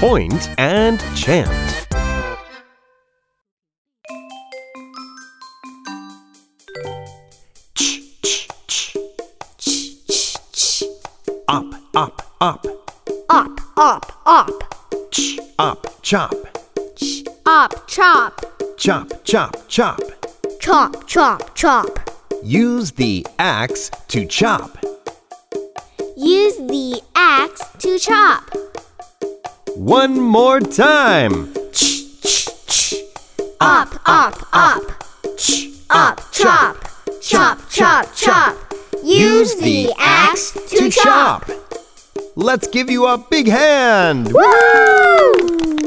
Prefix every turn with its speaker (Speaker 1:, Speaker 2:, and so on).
Speaker 1: Point and chant. Ch, ch, ch. Up, up, up.
Speaker 2: Up, up, up.
Speaker 1: Ch, up, chop.
Speaker 2: Ch, up, chop.
Speaker 1: Chop, chop, chop.
Speaker 2: Chop, chop, chop.
Speaker 1: Use the axe to chop.
Speaker 2: Use the axe to chop.
Speaker 1: One more time.
Speaker 2: Ch, ch, ch. Up, up, up.
Speaker 1: Ch,
Speaker 2: Up, chop. Chop, chop, chop. Use the axe to chop.
Speaker 1: Let's give you a big hand.
Speaker 2: Woo!